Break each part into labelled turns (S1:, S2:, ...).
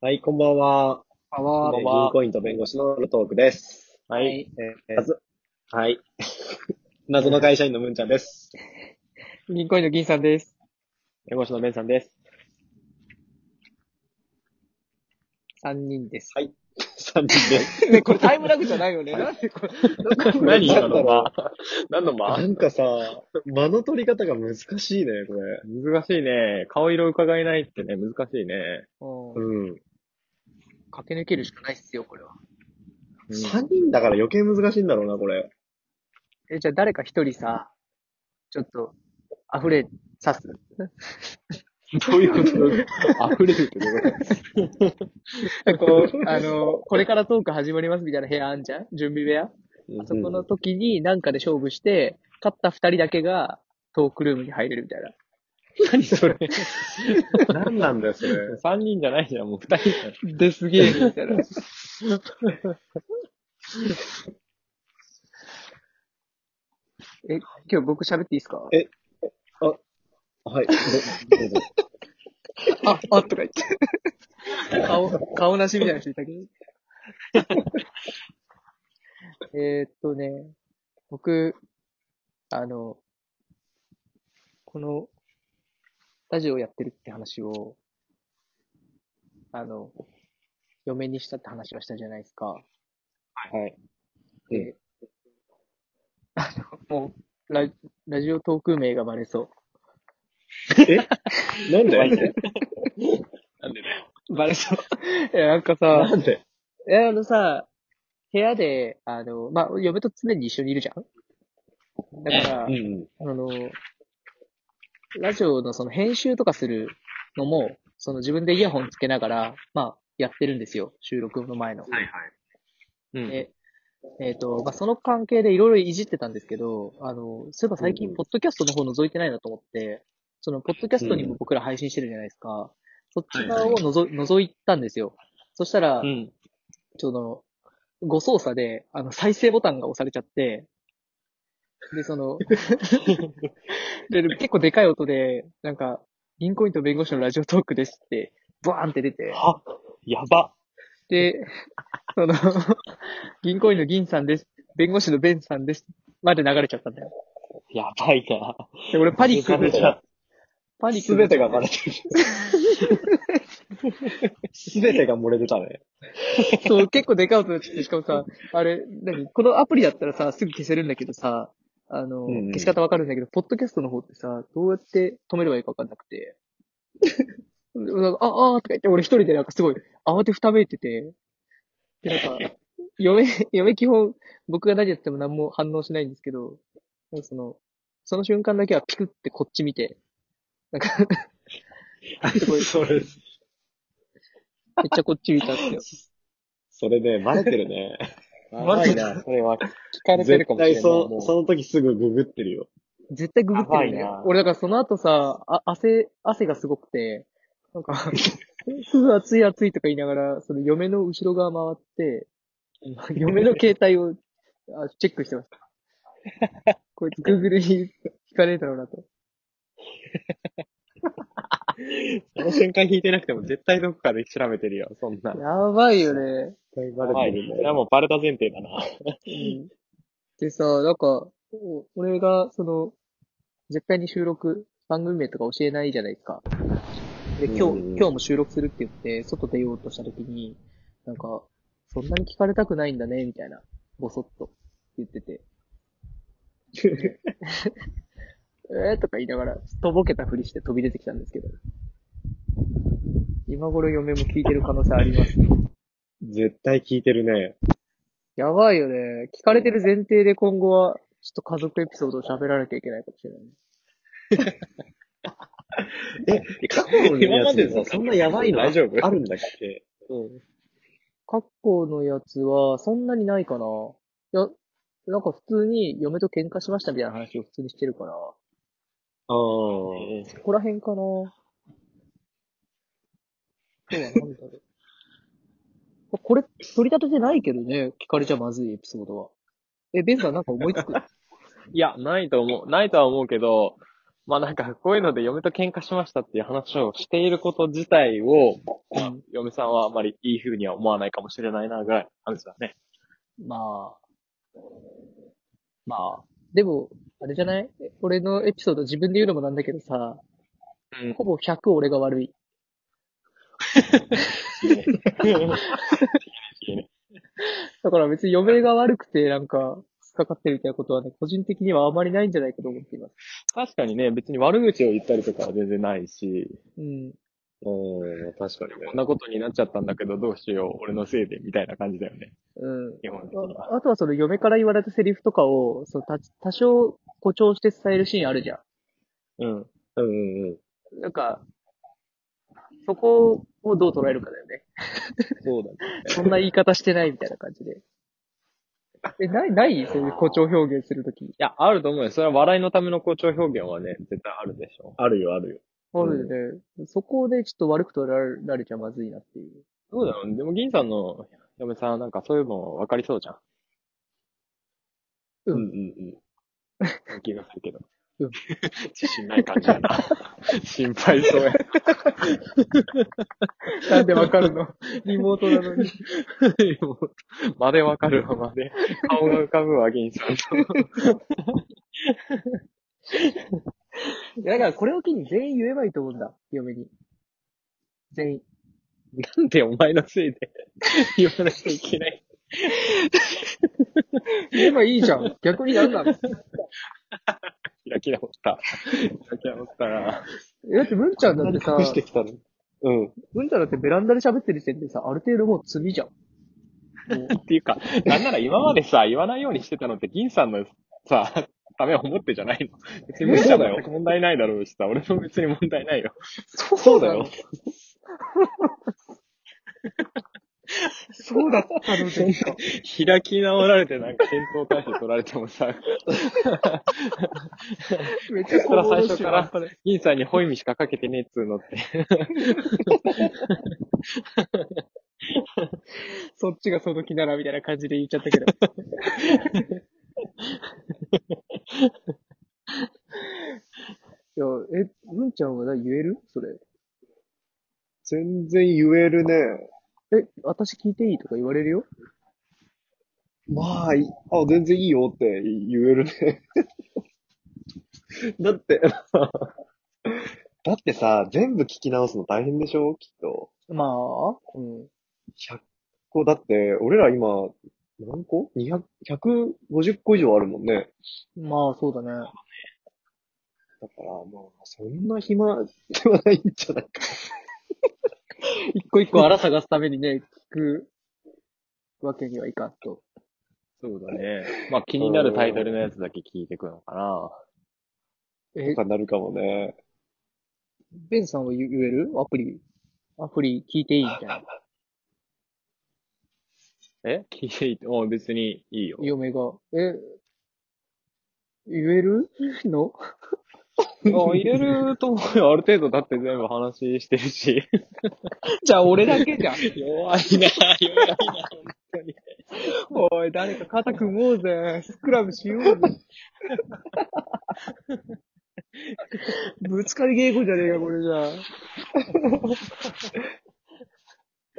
S1: はい、こんばんは。
S2: あわ
S1: えー
S2: ー
S1: 銀行員と弁護士のルトークです。は。
S2: はい
S1: えーまず、 はい。謎の会社員のむんちゃんです。
S2: 銀行員の銀さんです。
S3: 弁護士のベンさんです。
S2: 3人です。
S1: 三人です。
S2: ね、 これタイムラグじゃないよね。なんでこれ、
S3: 何今の
S1: な
S3: 間何の
S1: な
S3: 間
S1: んかさ、間の取り方が難しいね、これ。
S3: 難しいね。顔色伺えないってね、難しいね。
S2: う
S1: うん。
S2: ん、駆け抜けるしかないっすよ、これは。
S1: 三人だから余計難しいんだろうな、これ。
S2: え、じゃあ誰か一人さ、ちょっと、溢れさす。
S3: どう いうこと溢れるってどういうこ
S2: こう、あの、これからトーク始まりますみたいな部屋あんじゃん準備部屋そこの時に何かで勝負して、勝った二人だけがトークルームに入れるみたいな。
S3: と何それ
S1: 何なんだよ、それ。
S3: ?3 人じゃないじゃん、もう2人じゃん。
S2: です げえ、みたいな。え、今日僕喋っていいですか
S1: えはい。どどうぞ
S2: あ、あ、とか言って。顔、顔なしみたいな人いた けど。えーっとね、僕、あの、この、ラジオやってるって話を、あの、嫁にしたって話はしたじゃないですか。
S3: はい。
S2: で、あの、もう、ララジオトーク名がバレそう。
S1: なんで
S3: なんでだよ。
S2: バレそう。 え、なんかさ、
S1: なんで
S2: え、あのさ、部屋で、あの、まあ、嫁と常に一緒にいるじゃんだから
S1: う、ん。
S2: あの、ラジオのその編集とかするのも、その自分でイヤホンつけながら、まあ、やってるんですよ。収録の前の。
S3: はいはい。うん。
S2: で、えっ、と、まあ、その関係でいろいろいじってたんですけど、あの、そういえば最
S1: うんう
S2: 近、
S1: ん
S2: ポッドキャストの方覗いてないなと思って、その、ポッドキャストに
S1: うんう
S2: も
S1: ん
S2: 僕ら配信してるじゃないですか。そっち
S3: は
S2: 側
S3: い
S2: をのぞ、覗いたんですよ。そしたら、
S3: うん。
S2: ちょうど、誤操作で、あの、再生ボタンが押されちゃって、で、その、で結構でかい音で、なんか、銀行員と弁護士のラジオトークですって、バーンって出て、
S3: はやば。
S2: で、その、銀行員の銀さんです、弁護士のベンさんです、まで流れちゃったんだよ。
S3: やばいな。
S2: で、俺パニッ
S3: 抜かれ
S2: ク
S3: ちゃう
S2: パニック
S1: すべてがバレてる。すべてが漏れてたね。
S2: そう、結構でかい音だって、しかもさ、あれ、何このアプリだったらさ、すぐ消せるんだけどさ、あの、
S1: うんうん
S2: 消し方わかるんだけど、ポッドキャストの方ってさ、どうやって止めればいいかわかんなくて。なんかあ、あーとか言って、俺一人でなんかすごい慌てふためいてて、で、なんか、嫁、嫁基本、僕が何やっても何も反応しないんですけど、なんかその、その瞬間だけはピクってこっち見て、なんかすごい、
S1: それ、
S2: めっちゃこっち見たん ですよ。
S1: それね、バレてるね。
S2: バレてる
S1: やばい
S3: それは聞かれてるかもしれ
S1: 絶対
S3: ない。
S1: そ
S3: もう
S1: その時すぐググってるよ。
S2: 絶対ググってるんだ
S3: やばい
S2: よ
S3: な。
S2: 俺だからその後さ、あ汗、汗がすごくて、な んか、すぐ暑い暑いとか言いながら、その嫁の後ろ側回って、嫁の携帯をあチェックしてました。 こいつ Google に引かれたろうなと。
S3: その瞬間引いてなくても絶対どこかで調べてるよ、そんな。
S2: やばいよね。
S1: 絶対
S3: や
S1: バ
S3: ば
S1: レ
S3: い
S1: てる。
S3: それはもうバレた前提だな。
S2: うんでさ、なんか、お俺が、その、絶対に収録、番組名とか教えないじゃないですか。で、今
S1: うん
S2: 日、今日も収録するって言って、外出ようとした時に、なんか、そんなに聞かれたくないんだね、みたいな、ぼそっと言って て。えーとか言いながら、とぼけたふりして飛び出てきたんですけど。今頃嫁も聞いてる可能性あります。
S1: 絶対聞いてるね。
S2: やばいよね。聞かれてる前提で今後は、ちょっと家族エピソードを喋らなきゃいけないかもしれないね。
S1: 過去の
S3: 今
S1: や
S3: ま
S1: つ
S3: で
S1: で
S3: さ
S1: さ、そんなやばいの
S3: 大丈夫
S1: あるんだっけ
S3: うん。
S2: 過去のやつは、そんなにないかな。いや、なんか普通に嫁と喧嘩しましたみたいな話を普通にしてるから、こ
S1: ああ。
S2: こら辺かな。今日は何だろう。 これ、取り立ててないけどね、聞かれちゃまずいエピソ ードは。え、ベンさんなんか思いつく
S3: いや、ないと思う。ないとは思うけど、まあなんか、こういうので嫁と喧嘩しましたっていう話をしていること自体を、
S2: うん
S3: 嫁さんはあまりいい風には思わないかもしれないな、ぐらいなんですよね。
S2: まあ。まあ。でも、あれじゃない俺のエピソード自分で言うのもなんだけどさ、
S3: うん。
S2: ほぼ100俺が悪い。だから別に嫁が悪くてなんか、突っかかってるみたいなことはね、個人的にはあまりないんじゃないかと思っています。
S3: 確かにね、別に悪口を言ったりとかは全然ないし、
S2: うん。
S1: うん、確かにね
S3: こん。なことになっちゃったんだけどどうしよう、俺のせいで、みたいな感じだよね。
S2: うん。
S3: 基本的には。
S2: ああとはその嫁から言われたセリフとかを、そのた多少誇張して伝えるシーンあるじゃ
S3: うん。
S1: うんうんうん。
S2: ん。なんか、そこをどう捉えるかだよね。
S3: そうだね。
S2: そんな言い方してないみたいな感じで。え、ない、ないそういう誇張表現するとき。
S3: いや、あると思うよ。それは笑いのための誇張表現はね、絶対あるでしょ。
S1: あるよ、あるよ。
S2: あるよね。そこでちょっと悪く捉えられちゃまずいなっていう。
S3: そうだよ。でも、銀さんの嫁さんはなんかそういうの分かりそうじゃん。
S2: う
S1: うんんうん
S3: 気がするけど。
S2: うん
S3: 自信ない感じやな。心配そうや。
S2: なんでわかる のリモートなのに。
S3: まで分かるわ、まで。顔が浮かぶわ、銀さんの。
S2: いやだからこれを機に全員言えばいいと思うんだ。嫁に。全員。
S3: なんでお前のせいで言わなきゃいけない。
S2: 言えばいいじゃ ん。逆になんなの
S3: キラキラおった。キラキラおったら。
S2: えだって、文ちゃんだってさ、
S3: 隠してきたの。うん。
S2: 文ちゃんだってベランダで喋ってる時点でさ、ある程度もう罪じゃん。も
S3: っていうか、なんなら今までさ、言わないようにしてたのって、銀さんのさ、ためを思ってじゃない の別に無視だよ。問題ないだろうしさ、俺も別に問題ないよ。
S2: う
S3: よ。
S2: そうだったのですか。
S3: 開き直られてなんか検討対象取られてもさ、
S2: めっちゃ
S3: そら最初か
S2: から
S3: ら銀さんにホイミしかかけてねえっつうのって。
S2: そっちがその気ならみたいな感じで言っちゃっ たけど。いや、え、文ちゃんは何言えるそれ。
S1: 全然言えるね。
S2: え、私聞いていいとか言われるよ
S1: まあ、いあ、全然いいよって言えるね。 だって、だってさ、全部聞き直すの大変でしょきっと。
S2: まあ、うん。
S1: 100個、だって、俺ら今、何個 ?200、150個以上あるもんね。
S2: まあ、そうだね。
S1: だから、まあ、そんな暇ではないんじゃないか。
S2: 一個一個荒探すためにね、聞くわけにはいかんと。
S3: そう だね。まあ気になるタイトルのやつだけ聞いてくのかな。
S2: え
S1: と、かなるかもね。
S2: ベンさんは言言えるアプリ。アプリ聞いていいみたいな。
S3: え聞いていいもう別にいいよ。
S2: 嫁が。え、言えるの
S3: あ入れると思うよ。ある程度だって全部話してるし。
S2: じゃあ俺だけじゃん。
S3: 弱いな、弱いな、本当に。
S2: おい、誰か肩組もうぜ。スクラムしようぜ。ぶつかり稽古じゃねえか、これじゃ。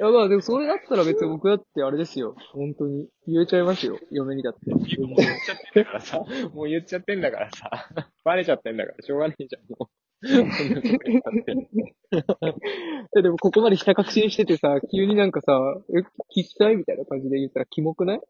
S2: いや、まあでもそれだったら別に僕だってあれですよ。本当に。言えちゃいますよ。嫁にだっ て。
S3: もう言っちゃってんだからさ、もう言っちゃってんだからさ、バレちゃってんだから、しょうがないじゃん、もう。そんなこと言ったって
S2: え、でもここまでひた隠しにしててさ、急になんかさ、え、聞きたいみたいな感じで言ったらキモくない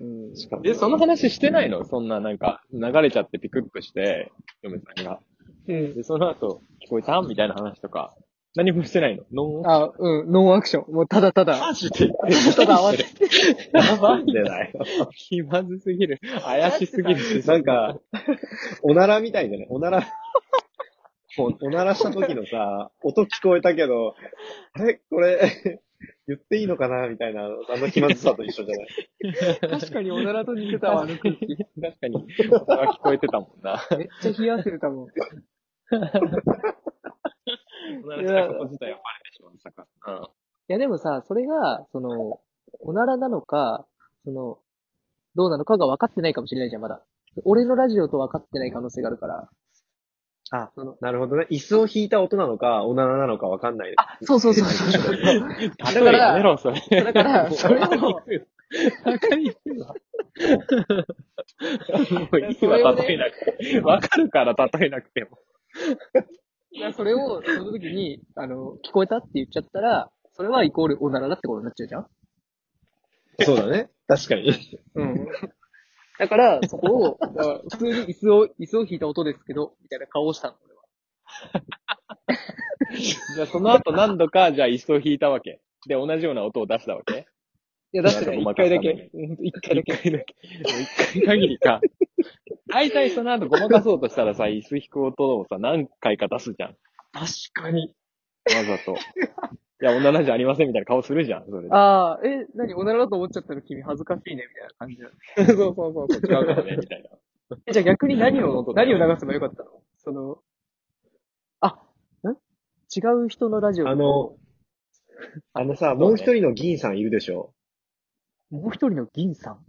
S2: うん。
S1: し かも。
S3: で、その話してないのそんな、なんか、流れちゃってピクッとして、嫁さんが。
S2: うん。
S3: で、その後、聞こえたみたいな話とか、何もしてないのノン
S2: あ、うん、ノンアクション。もうただただ。
S3: して
S2: ただ合わせて。
S3: やばい
S1: でない。
S3: 気まずすぎる。怪しすぎるし。
S1: なんか、おならみたいじゃないおなら、おおならした時のさ、音聞こえたけど、あれこれ、言っていいのかなみたいな、あの気まずさと一緒じゃない
S2: 確かにおならと似てたわ、あの
S3: 確か
S2: 空
S3: に
S2: 気。、
S3: 確かに、音が聞こえてたもんな。
S2: めっちゃ冷や汗出たも
S3: お
S2: ん。
S3: ならしたこと自体はバレてしまったから。うん。
S2: いやでもさ、それが、その、おならなのか、その、どうなのかが分かってないかもしれないじゃん、まだ。俺のラジオと分かってない可能性があるから。
S1: あ
S2: その、
S1: なるほどね。椅子を引いた音なのか、おならなのかわかんない。
S2: あ、そうそうそうそうそう。
S3: 例えばやめろ、それ。
S2: だから、 それを、
S3: わかりにくいわ。もういいわ、例えなくて。わかるから、例えなくても。
S2: いやそれを、その時に、あの、聞こえたって言っちゃったら、それはイコールおならだってことになっちゃうじゃん
S1: そうだね。確かに。
S2: うん。だから、そこを、だから普通に椅子を、椅子を引いた音ですけど、みたいな顔をしたの、俺は。
S3: じゃあ、その後何度か、じゃあ、椅子を引いたわけ。で、同じような音を出したわけ。
S2: いや、
S3: 出
S2: 出
S3: し
S2: してて
S3: な
S2: ない
S3: 一
S2: い。
S3: 回
S2: 一回
S3: だ
S2: だ
S3: け
S2: け。一
S3: 一回
S2: 回
S3: だ
S2: だ
S3: け。
S2: け。
S3: 一回限りか。大体その後ごまかそうとしたらさ、椅子引く音をさ、何回か出すじゃん。
S2: 確かに。
S3: わざと。いや、女なんじゃありませんみたいな顔するじゃん、それで。
S2: ああ、え、何おならだと思っちゃったの君恥ずかしいね、みたいな感じだ。そうそうそうそう。
S3: 違う からね、みたいな。
S2: え じゃあ逆に何を
S3: そう、だ
S2: 何
S3: よ
S2: を流せばよかったのその、あ、ん違う人のラジオ。
S1: あ、の、あのさ、もう一人の議員さんいるでしょ。
S2: もう一人の銀さん。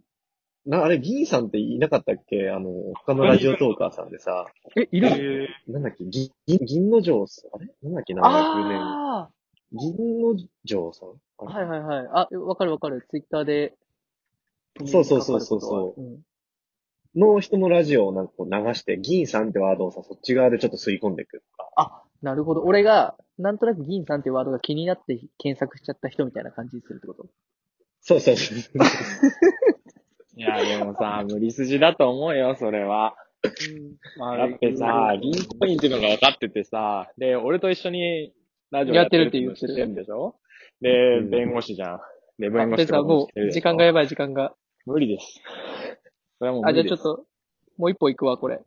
S1: な、あれ、議員さんっていなかったっけあの、他のラジオトーカーさんでさ、
S2: え、いる
S1: なんだっけ、ぎ銀、銀の城さん、あれなんだっけ、名前忘れね
S2: あ
S1: 銀の城さん
S2: あ
S1: あ
S2: はいはいはい。あ、わかるわかる。ツイッターで。。
S1: そうそうそうそうそう
S2: ん、
S1: の人のラジオをなんかこう流して、議員さんってワードをさ、そっち側でちょっと吸い込んでいくとか。
S2: あ、なるほど。俺が、なんとなく銀さんっていうワードが気になって検索しちゃった人みたいな感じにするってこと
S1: そうそうそう。
S3: いや、でも さ、無理筋だと思うよ、それは。
S2: ま
S3: だってさ、銀行員っていうのが分かっててさ、で、俺と一緒にラジオ
S2: やってるって言ってる
S3: んでしょで、
S1: うん
S3: 弁護士じゃん。で、弁
S2: あ
S3: 護
S2: で
S3: 士と
S2: さ、
S3: か
S2: も
S3: してる
S2: う、
S3: でしょ
S2: 時間がやばい、時間が。
S3: 無理です。それはもう無
S2: あ、じゃ
S3: 理
S2: あ
S3: で
S2: ち
S3: す
S2: ょっ。と、もう一歩行くわ、これ。